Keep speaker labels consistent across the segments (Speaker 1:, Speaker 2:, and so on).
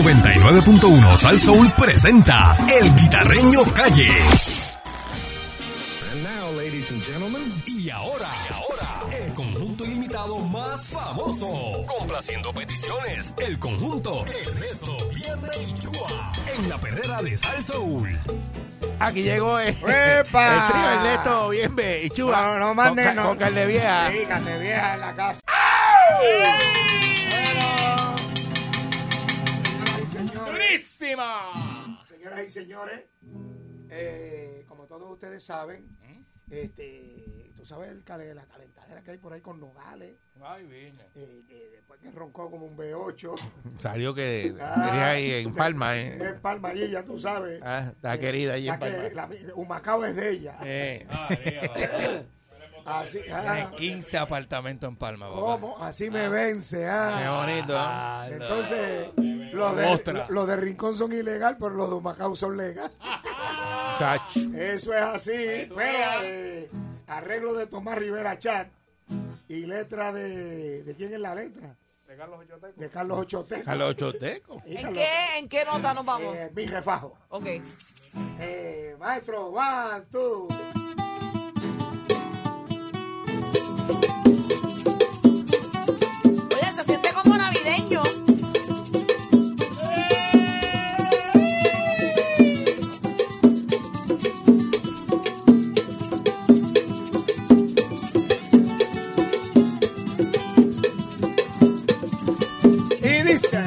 Speaker 1: 99.1 Sal Soul presenta El Guitarreño Calle.
Speaker 2: And now, ladies and gentlemen,
Speaker 1: Y ahora, y ahora, el conjunto ilimitado más famoso. Complaciendo peticiones, el conjunto Ernesto Vierne y Chua en la perrera de Sal Soul.
Speaker 3: Aquí llegó el, el trío
Speaker 4: ¡Epa!
Speaker 3: Ernesto, bienve y Chuba.
Speaker 4: No, no
Speaker 3: con,
Speaker 4: manden,
Speaker 3: ca-
Speaker 4: no.
Speaker 3: con carne vieja.
Speaker 4: Sí, carne vieja en la casa.
Speaker 5: ¡Durísima!
Speaker 4: Señoras y señores, eh, como todos ustedes saben, este, tú sabes el cale- la calentadera que hay por ahí con nogales,
Speaker 5: Ay, bien.
Speaker 4: eh, que después que roncó como un B8,
Speaker 3: Salió que tenía
Speaker 4: Ah,
Speaker 3: ahí en Palma, ¿eh?
Speaker 4: en Palma allí, ya tú sabes.
Speaker 3: Ah, está querida ahí en
Speaker 4: La que-
Speaker 3: Palma.
Speaker 4: la- Humacao es de ella.
Speaker 3: Eh,
Speaker 4: Así, ah,
Speaker 5: Tiene 15 apartamentos en Palma, papá.
Speaker 4: ¿Cómo? Así me vence.
Speaker 3: qué
Speaker 4: Ah.
Speaker 3: bonito. ¿eh?
Speaker 5: Ah, no.
Speaker 4: Entonces, los de,
Speaker 5: Mostra.
Speaker 4: los de Rincón son ilegal, pero los de Humacao son legal.
Speaker 3: Chacho.
Speaker 4: Eso es así, pero eh, arreglo de Tomás Rivera Chat y letra de... ¿De quién es la letra? De Carlos Ochoteco.
Speaker 3: A los chotecos.
Speaker 4: Y
Speaker 6: ¿En
Speaker 4: Carlos-
Speaker 6: qué, ¿En qué nota nos vamos?
Speaker 4: eh, mi jefajo.
Speaker 6: Ok.
Speaker 4: Eh, maestro, one, two.
Speaker 6: Oye, se siente como navideño.
Speaker 4: Y dice,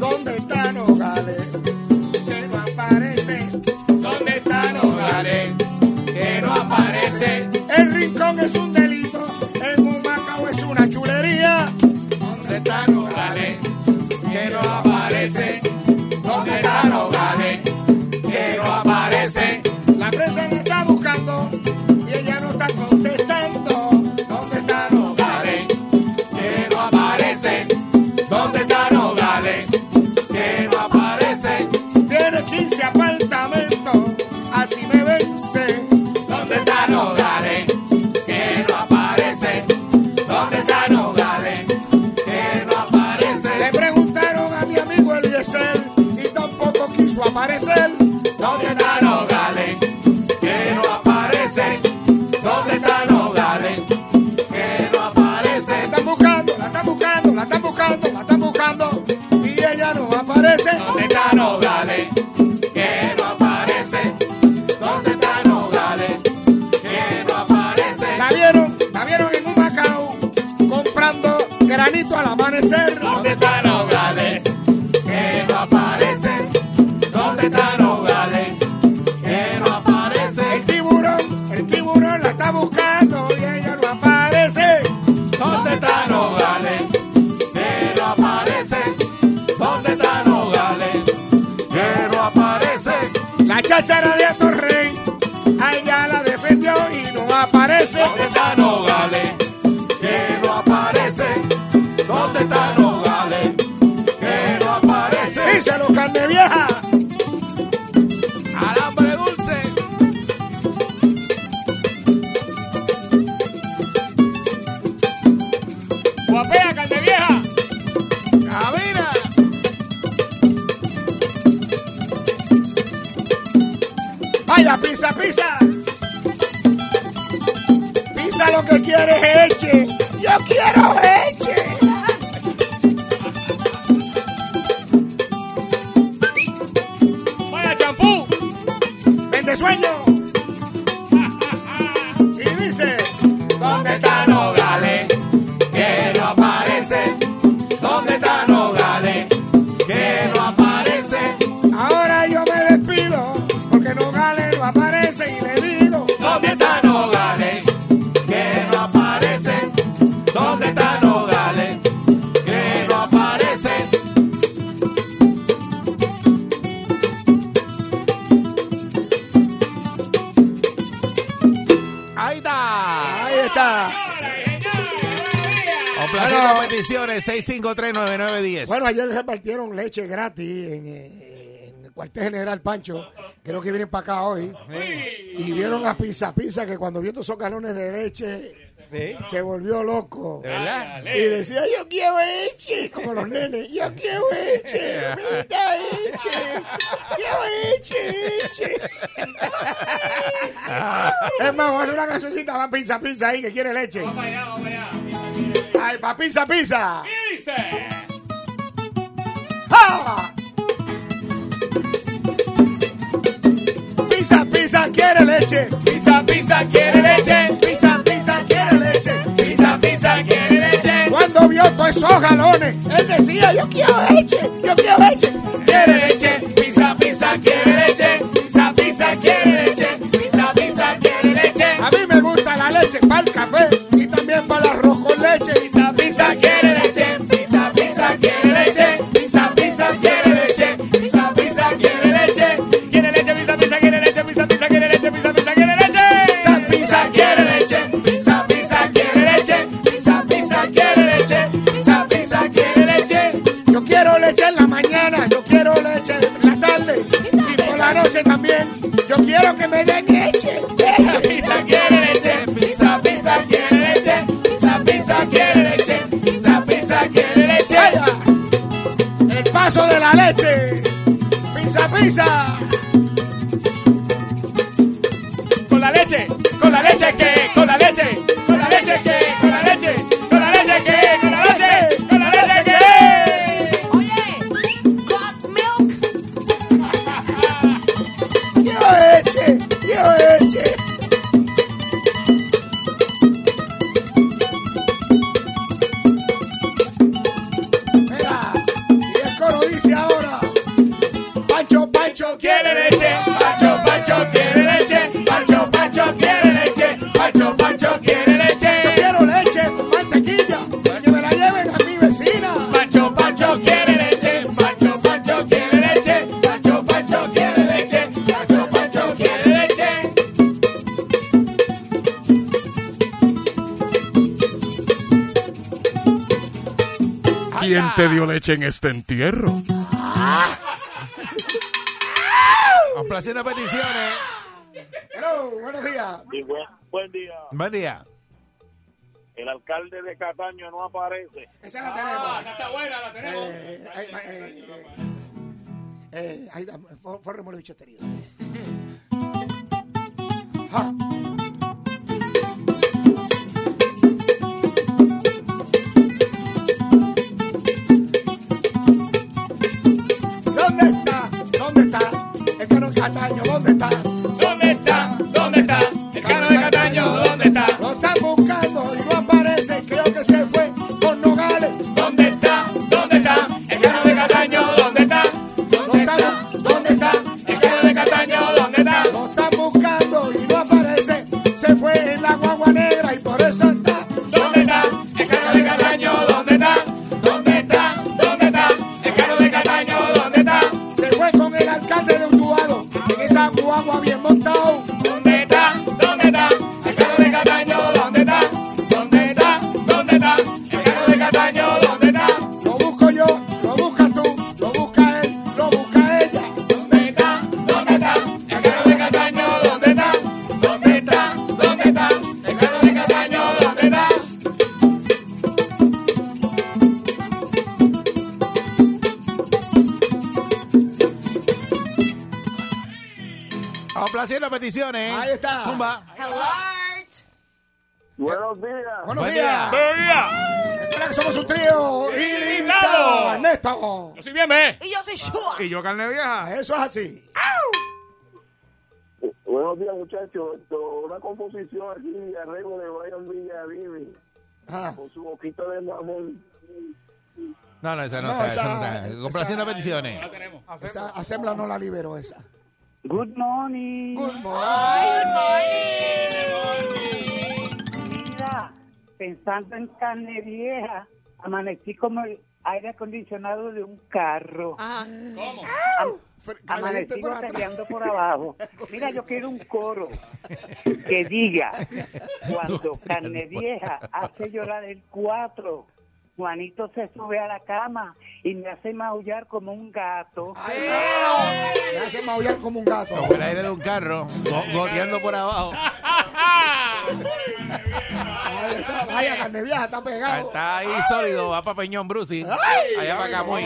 Speaker 4: ¿dónde está Nogales? Que no aparece. ¿Dónde está Nogales? Que no aparece. El rincón es un delito. El Humacao es una chulería. ¿Dónde está Nogales? Que no aparece. ¿Dónde está Nogales? Que no aparece. La prensa lo está buscando y ella no está contestando. ¿Dónde está Nogales? que no aparece. ¿Dónde está Nogales? Que no aparece. Tiene 15 apartamentos, así me vence. ¿Dónde está Nogales? Que no aparece. ¿Dónde está Nogales? Que no aparece. Le preguntaron a mi amigo Eliezer y tampoco quiso aparecer. ¿Dónde está Nogales? Que no aparece. ¿Dónde está Nogales? que no aparece. La están buscando, la están buscando, la están buscando, la están buscando. Y ella no aparece. ¿Dónde está Nogales? Que no aparece. ¿Dónde está Nogales? Que no aparece. La vieron, la vieron en un Macao comprando granito al amanecer. ¿Dónde está Nogales? Que no aparece. ¿Dónde está Nogales? que no aparece. El tiburón, el tiburón la está buscando y ella no aparece. ¿Dónde está Nogales? Que no aparece. ¿Dónde está Nogales? Que no aparece. La cháchara de Torrey, a ella la defendió y no aparece. ¿Dónde está Nogales? Que no aparece. ¿Dónde está Nogales? Que no aparece. Díselo, carne vieja.
Speaker 3: Alambre dulce.
Speaker 4: Guapea, carne vieja.
Speaker 3: Camina.
Speaker 4: Vaya, pisa, pisa. Pisa lo que quieres, eche. Yo quiero eche. Vaya, champú. Vende sueño. Y dice: ¿Dónde está Nogales? Que no aparece. ¿Dónde está Nogales? que no aparece. Ahora yo me despido, porque Nogales no aparece y le digo: ¿Dónde está Nogales? Que no aparece. ¿Dónde está Nogales? Que no aparece.
Speaker 3: Ahí está.
Speaker 4: Ahí está.
Speaker 3: Complaciendo
Speaker 4: Bueno.
Speaker 3: peticiones. 6539910.
Speaker 4: Bueno, ayer repartieron leche gratis en, eh, en el cuartel general Pancho. Creo que vienen para acá hoy. Y vieron a Pisa Pisa que cuando vio todos esos galones de leche,
Speaker 5: Sí,
Speaker 4: se volvió loco.
Speaker 5: ¿De verdad?
Speaker 4: Y decía, yo quiero eche, como los nenes, yo quiero eche, me da eche, quiero eche, eche. es más, vamos a hacer una cancioncita, va pizza, pizza ahí, que quiere leche. Vamos allá, vamos allá. Ay, pa' pizza, pizza. ¡Ah! Pizza, pizza, quiere leche. Pizza, pizza, quiere leche. Pizza, pizza, quiere leche. Pizza, pizza, quiere leche. Cuando vio todos esos galones, él decía, yo quiero leche, yo quiero leche. Quiere leche, pizza, pizza, quiere leche. Pizza, pizza, quiere leche. Pizza, pizza, quiere leche. A mí me gusta la leche para el café y también para el arroz con leche. Pizza, pizza, quiere leche. Pizza, pizza, quiere leche. Pizza, pizza, quiere leche. Pizza, pizza, quiere leche. Quiere leche, pizza, pizza, quiere leche. Pizza, pizza, quiere leche. Pizza, pizza, quiere leche. Pizza, pizza, quiere leche. Pizza, pizza, quiere leche. Pizza, pizza, quiere leche. Pizza, pizza, quiere leche. Yo quiero leche en la mañana. Yo quiero leche en la tarde. Y por la noche también. Yo quiero que me den leche. Leche. Pizza, quiere leche. Pizza, pizza, quiere leche. Pizza, pizza, quiere leche. Pizza, pizza, quiere leche. El paso de la leche. Pizza, pizza. Con la leche, con la leche que, con la leche, con la leche que, con la leche, con la leche que, con la leche, con la leche que.
Speaker 6: Oye, got milk.
Speaker 4: Yo leche, yo leche. Mira, y el coro dice ahora. Pancho, Pancho quiere leche. Pancho, Pancho quiere leche. Pancho, Pancho quiere leche. Pancho, Pancho quiere leche. Yo quiero leche con mantequilla. Que me la lleven a mi vecina. Pancho, Pancho quiere leche. Pancho, Pancho quiere leche. Pancho, Pancho quiere leche. Pancho, Pancho quiere leche.
Speaker 7: ¿Quién te dio leche en este entierro?
Speaker 3: Ah. Complaciendo peticiones.
Speaker 4: Hello, buenos días.
Speaker 8: Y buen, buen día.
Speaker 3: Buen día.
Speaker 8: El alcalde de Cataño no aparece.
Speaker 4: Esa la tenemos.
Speaker 5: Ah, está buena, la
Speaker 4: Eh, eh, eh, eh, eh, ahí está, fue, fue remolo bichotería. Ja. ¿Dónde está? ¿Dónde está? El cano de Cataño, ¿dónde está?
Speaker 5: ¿Dónde está? ¿Dónde está? El cano de Cataño, ¿dónde está?
Speaker 4: Lo están buscando y no aparece. Creo que se fue con Nogales.
Speaker 5: ¿Dónde está? ¿Dónde está? El cano de Cataño, ¿dónde está?
Speaker 4: ¿Dónde está? ¿Dónde está?
Speaker 5: El cano de Cataño, ¿dónde está?
Speaker 4: Lo están buscando y no aparece. Se fue en la guagua negra y por eso está.
Speaker 5: ¿Dónde está? El cano de Cataño, ¿dónde está? ¿Dónde está? ¿Dónde está? El cano de Cataño, ¿dónde está?
Speaker 4: Se fue con el alcalde de Utuado en esa guagua bien montado.
Speaker 5: ¿Dónde está? ¿Dónde está? El cano de Cataño, ¿dónde está? ¿Dónde está? ¿Dónde está? El cano de Cataño, ¿dónde está?
Speaker 4: Lo busco yo, lo buscas tú, lo busca él, lo busca ella.
Speaker 5: ¿Dónde está? ¿Dónde está? El cano de Cataño, ¿dónde está? ¿Dónde está? ¿Dónde está? El cano de Cataño, ¿dónde está?
Speaker 3: Complaciendo peticiones.
Speaker 4: Ahí está.
Speaker 3: Zumba.
Speaker 6: Alert.
Speaker 8: Buenos días.
Speaker 4: Buenos días. Espera que somos un trío ilimitado, Ernesto.
Speaker 7: Yo soy bien, ¿eh?
Speaker 6: Y yo soy Shua.
Speaker 7: Y yo carne vieja.
Speaker 4: Eso es así.
Speaker 8: Bu- Buenos días, muchachos. Esto, una composición aquí, arreglo de Brian Villavivi,
Speaker 4: Ah,
Speaker 8: con su boquita de mamón.
Speaker 3: No, no, esa no,
Speaker 4: No,
Speaker 3: está.
Speaker 4: esa-
Speaker 3: esa no está. Complaciendo peticiones.
Speaker 4: esa asembla no la liberó esa.
Speaker 8: Good morning.
Speaker 4: Good
Speaker 6: Good morning.
Speaker 9: Mira, pensando en carne vieja, amanecí como el aire acondicionado de un carro.
Speaker 4: Ah,
Speaker 6: Ajá.
Speaker 9: Amanecí batallando por abajo. Mira, yo quiero un coro que diga, cuando carne vieja hace llorar el cuatro, Juanito se sube a la cama y me hace maullar como un gato.
Speaker 4: Me hace maullar como un gato.
Speaker 3: Como el aire de un carro, go- goteando por abajo.
Speaker 4: Ahí está, vaya, carne vieja, está pegado.
Speaker 3: Está ahí sólido, va para Peñón Brusi.
Speaker 4: Ay.
Speaker 3: Allá para Camuy.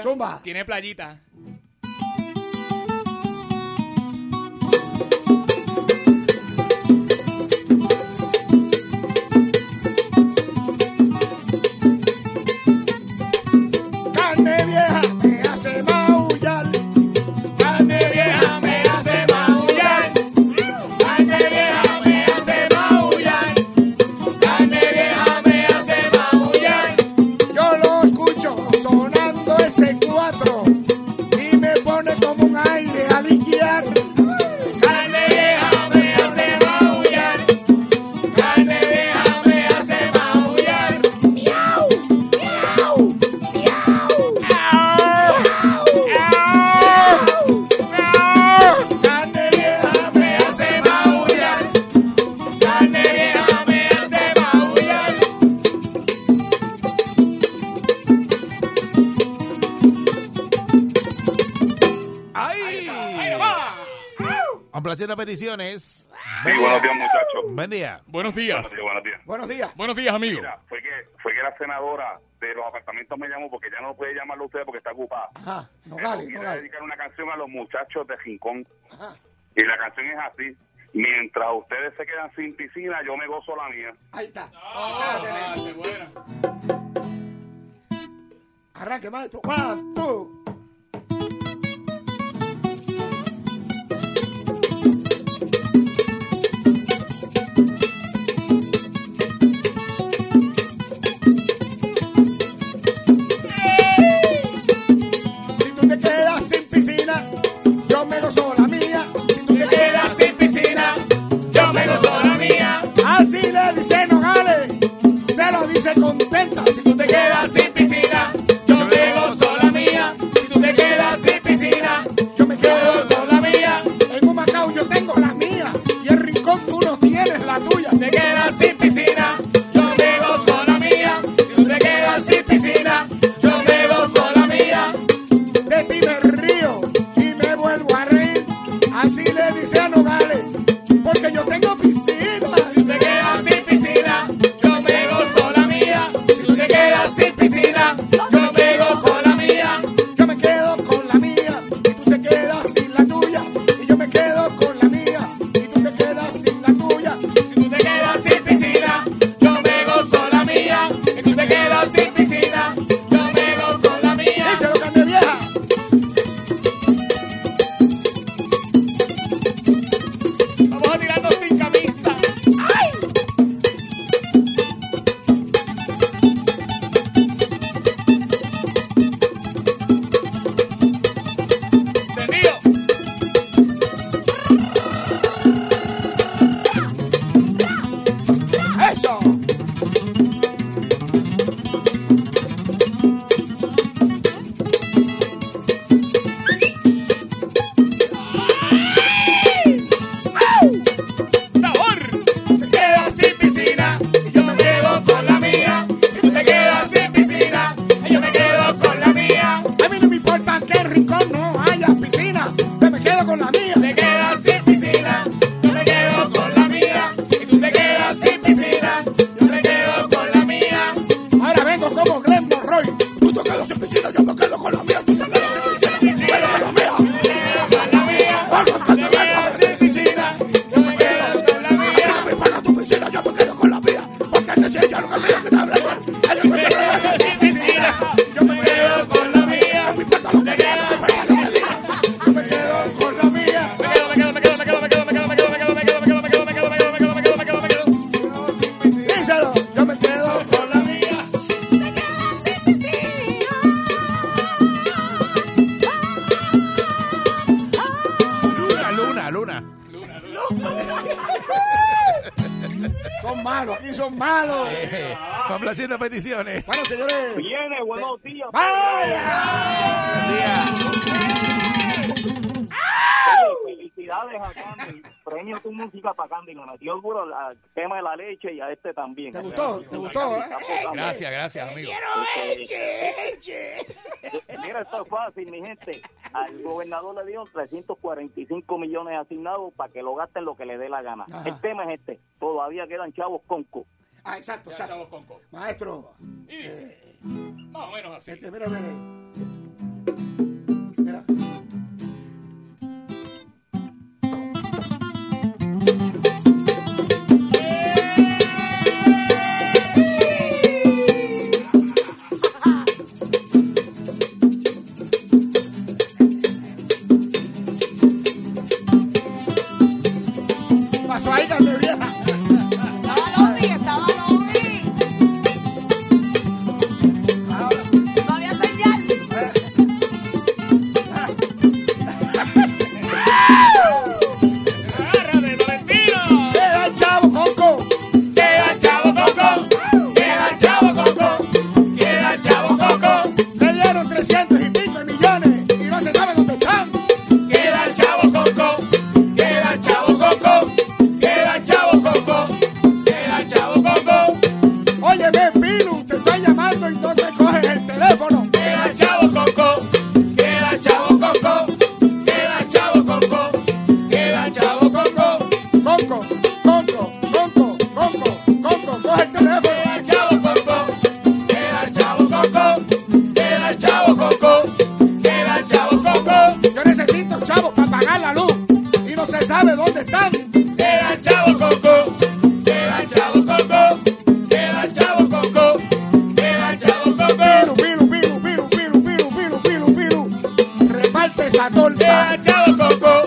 Speaker 4: Zumba.
Speaker 5: Tiene playita.
Speaker 4: Carne vieja me hace maullar.
Speaker 5: Carne vieja me hace maullar. Carne vieja me hace maullar. Carne vieja me hace maullar.
Speaker 4: Yo lo escucho sonando ese cuatro y me pone como un aire a liquear.
Speaker 5: Carne vieja me hace maullar. Carne vieja me hace maullar.
Speaker 4: ¡Miau! ¡Miau! ¡Miau!
Speaker 5: Carne vieja me hace maullar. Carne vieja me hace maullar.
Speaker 3: ¡Ay! Complaciendo peticiones.
Speaker 10: Sí, buenos días, muchachos.
Speaker 3: Buen día.
Speaker 7: Buenos días.
Speaker 10: Buenos días, buenos días.
Speaker 4: Buenos días.
Speaker 7: Buenos días, amigo.
Speaker 10: Mira, fue que, fue que la senadora de los apartamentos me llamó porque ya no puede llamarlo a usted porque está ocupada.
Speaker 4: Ajá, Ah, no
Speaker 10: Pero
Speaker 4: vale, no
Speaker 10: quiero
Speaker 4: vale.
Speaker 10: dedicar una canción a los muchachos de Rincón. Y la canción es así. Mientras ustedes se quedan sin piscina, yo me gozo la mía.
Speaker 4: Ahí está.
Speaker 5: buena.
Speaker 4: Arranque, maestro. One, two. Si tú te quedas sin piscina, yo me gozo la mía. Si tú te quedas sin piscina,
Speaker 5: Yo me gozo la mía.
Speaker 4: así le dice Nogales. Se lo dice contenta. Si tú te
Speaker 5: Te quedas sin piscina. Yo me gozo la mía. Si tú te quedas sin piscina,
Speaker 4: yo me
Speaker 5: yo
Speaker 4: quedo.
Speaker 5: me gozo la mía.
Speaker 4: En un Macao yo tengo la mía y el rincón tú no tienes la tuya.
Speaker 5: Te quedas sin piscina. Yo me gozo la mía. Si tú te quedas sin piscina, yo me gozo la mía.
Speaker 4: De ti me río y me vuelvo a reír. Así le dice a Nogales, porque yo tengo
Speaker 5: Si
Speaker 4: piscina.
Speaker 5: te quedas sin piscina, yo me gozo la mía. Si tú te quedas sin piscina, yo me gozo la mía.
Speaker 4: Yo me quedo con la mía y tú te quedas sin la tuya. Y yo me quedo con la mía y tú te quedas sin la tuya.
Speaker 5: Si tú te quedas sin piscina, yo me gozo la mía. Si tú te quedas sin piscina, yo me gozo la mía.
Speaker 4: Díselo, carne vieja.
Speaker 5: Vamos a tirarnos sin camisa. ¡Entendido!
Speaker 4: Eso.
Speaker 5: ¡Sabor! Si te quedas sin piscina, yo me quedo con la mía. Si tú te quedas sin piscina, yo me quedo con la mía.
Speaker 4: A mí no me importa que el rincón no haya piscina. Yo me quedo con la mía.
Speaker 5: Te quedas sin piscina, yo me quedo con la mía. Si tú te quedas sin piscina, yo me quedo con la mía.
Speaker 4: Ahora vengo como Glenn Monroy. Tú te quedas sin piscina, yo me quedo con la mía. Tú te quedas sin piscina, yo me quedo con la mía.
Speaker 5: Con la mía. Yo me quedo sin piscina, yo me quedo con la mía.
Speaker 4: Me paga tu piscina, yo me quedo con la mía. Porque te sé yo lo que me que te abre el que se
Speaker 5: Te quedas sin piscina, yo me quedo con la mía. Te quedas sin
Speaker 4: Yo me quedo con la mía.
Speaker 5: Me quedo, me quedo, me quedo, me quedo, me quedo, me quedo, me quedo, me quedo, me quedo, me quedo, me quedo, me quedo, me quedo, me quedo, me quedo, me quedo, me quedo.
Speaker 4: Díselo, yo me quedo.
Speaker 5: Con la mía.
Speaker 6: Te quedas sin piscina.
Speaker 3: Luna, luna, luna.
Speaker 4: Son malos, aquí son malos.
Speaker 3: Complaciendo peticiones.
Speaker 4: Bueno, señores.
Speaker 8: Viene, buenos días.
Speaker 4: ¡Vaya!
Speaker 3: Buen día.
Speaker 8: Felicidades a Candy. Premio tu música para Candy. Lo metió duro al tema de la leche y a este también.
Speaker 4: ¿Te gustó? ¿Te gustó? eh?
Speaker 7: Gracias, gracias, amigo.
Speaker 8: Mira, esto es fácil, mi gente.
Speaker 11: al gobernador le dieron 345 millones asignados para que lo gasten lo que le dé la gana.
Speaker 4: Ajá.
Speaker 11: El tema es este, todavía quedan chavos conco.
Speaker 4: Ah, exacto, exacto. Maestro.
Speaker 5: Y dice,
Speaker 4: eh,
Speaker 5: más o menos así.
Speaker 4: este, mira, mira. Pasó ahí, Carmen Vieja.
Speaker 6: Estaba Lodi, estaba Lodi. No había señal.
Speaker 4: Queda el chavo Coco.
Speaker 5: Queda el chavo coco, queda el chavo coco, queda el chavo coco,
Speaker 4: Le dieron 300 y pico millones y no se sabe dónde están.
Speaker 5: queda el chavo coco, queda el chavo coco, queda el chavo coco, queda el chavo coco,
Speaker 4: Oye, ven, Pilu, te estoy llamando y no te coges el teléfono.
Speaker 5: queda el chavo coco, queda el chavo coco, queda el chavo coco, queda el chavo coco,
Speaker 4: Coco, Coco, Coco, Coco, Coco, coge el teléfono.
Speaker 5: queda el chavo coco, queda el chavo coco, queda el chavo coco, queda el chavo coco.
Speaker 4: Yo necesito chavos para pagar la luz y no se sabe dónde están.
Speaker 5: Queda el chavo coco, queda el chavo coco, queda el chavo coco, queda el chavo
Speaker 4: Pilu, Pilu,
Speaker 5: coco,
Speaker 4: Pilu, Pilu, Pilu, Pilu, Pilu, Pilu, Pilu. Reparte esa torta.
Speaker 5: queda el chavo coco,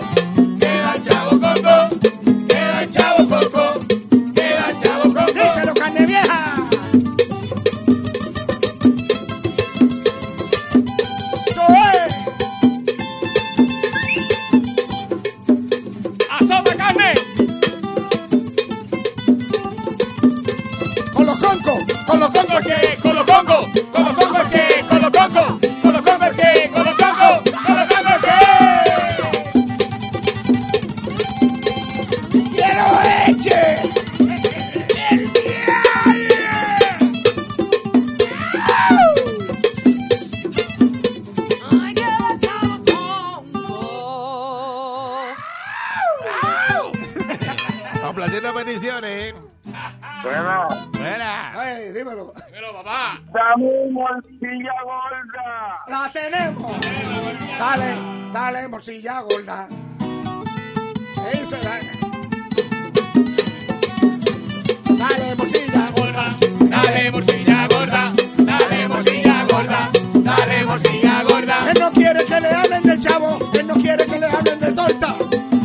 Speaker 5: queda el chavo coco, queda el chavo coco, queda el chavo coco.
Speaker 4: Díselo, carne vieja. Soy
Speaker 5: ¡Asoma carne!
Speaker 4: con los concos, con los
Speaker 5: Congo
Speaker 4: concos.
Speaker 5: es que, con los congo, con los congo es que, con los congo, con los congo es que, con los congo, con los congo es que.
Speaker 4: ¡Quiero leche! ¡El diario!
Speaker 6: Ay, queda chavo conco.
Speaker 3: Complaciendo peticiones.
Speaker 10: Bueno,
Speaker 3: Buena.
Speaker 4: Ay, dímelo.
Speaker 5: Pero papá,
Speaker 10: dame un morcilla gorda.
Speaker 4: ¡La tenemos! Dale, dale, morcilla gorda. Se hizo la... Dale, morcilla gorda.
Speaker 5: gorda, dale morcilla gorda, dale morcilla gorda, dale morcilla gorda.
Speaker 4: Él no quiere que le hablen del chavo. Él no quiere que le hablen de torta.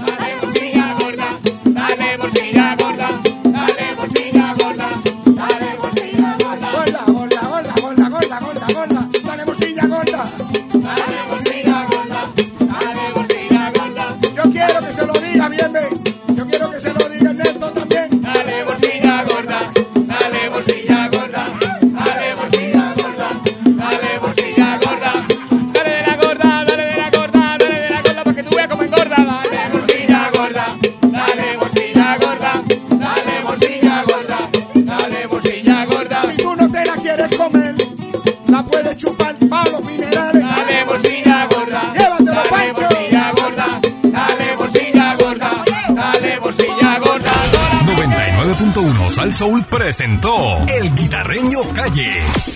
Speaker 5: Dale morcilla gorda, dale morcilla gorda, dale morcilla gorda, dale morcilla gorda,
Speaker 4: Gorda, gorda, gorda, gorda, gorda, gorda, gorda. Dale, morcilla gorda.
Speaker 5: dale morcilla gorda, dale morcilla gorda,
Speaker 4: Yo quiero que se lo diga bien, bien. Yo quiero que se lo diga Ernesto también.
Speaker 5: dale morcilla gorda, dale morcilla gorda, dale morcilla gorda, dale morcilla gorda, dale de la gorda, dale de la gorda, dale de la gorda para que tú veas cómo engorda, dale morcilla gorda, dale morcilla gorda, dale morcilla gorda, dale morcilla gorda.
Speaker 4: Si tú no te la quieres comer, la puedes chupar pa' los minerales.
Speaker 5: Dale bolsilla gorda,
Speaker 4: Llévatelo,
Speaker 5: dale
Speaker 4: Pancho.
Speaker 5: bolsilla gorda, dale bolsilla gorda, dale bolsilla gorda.
Speaker 1: 99.1 Sal Soul presentó El Guitarreño Calle.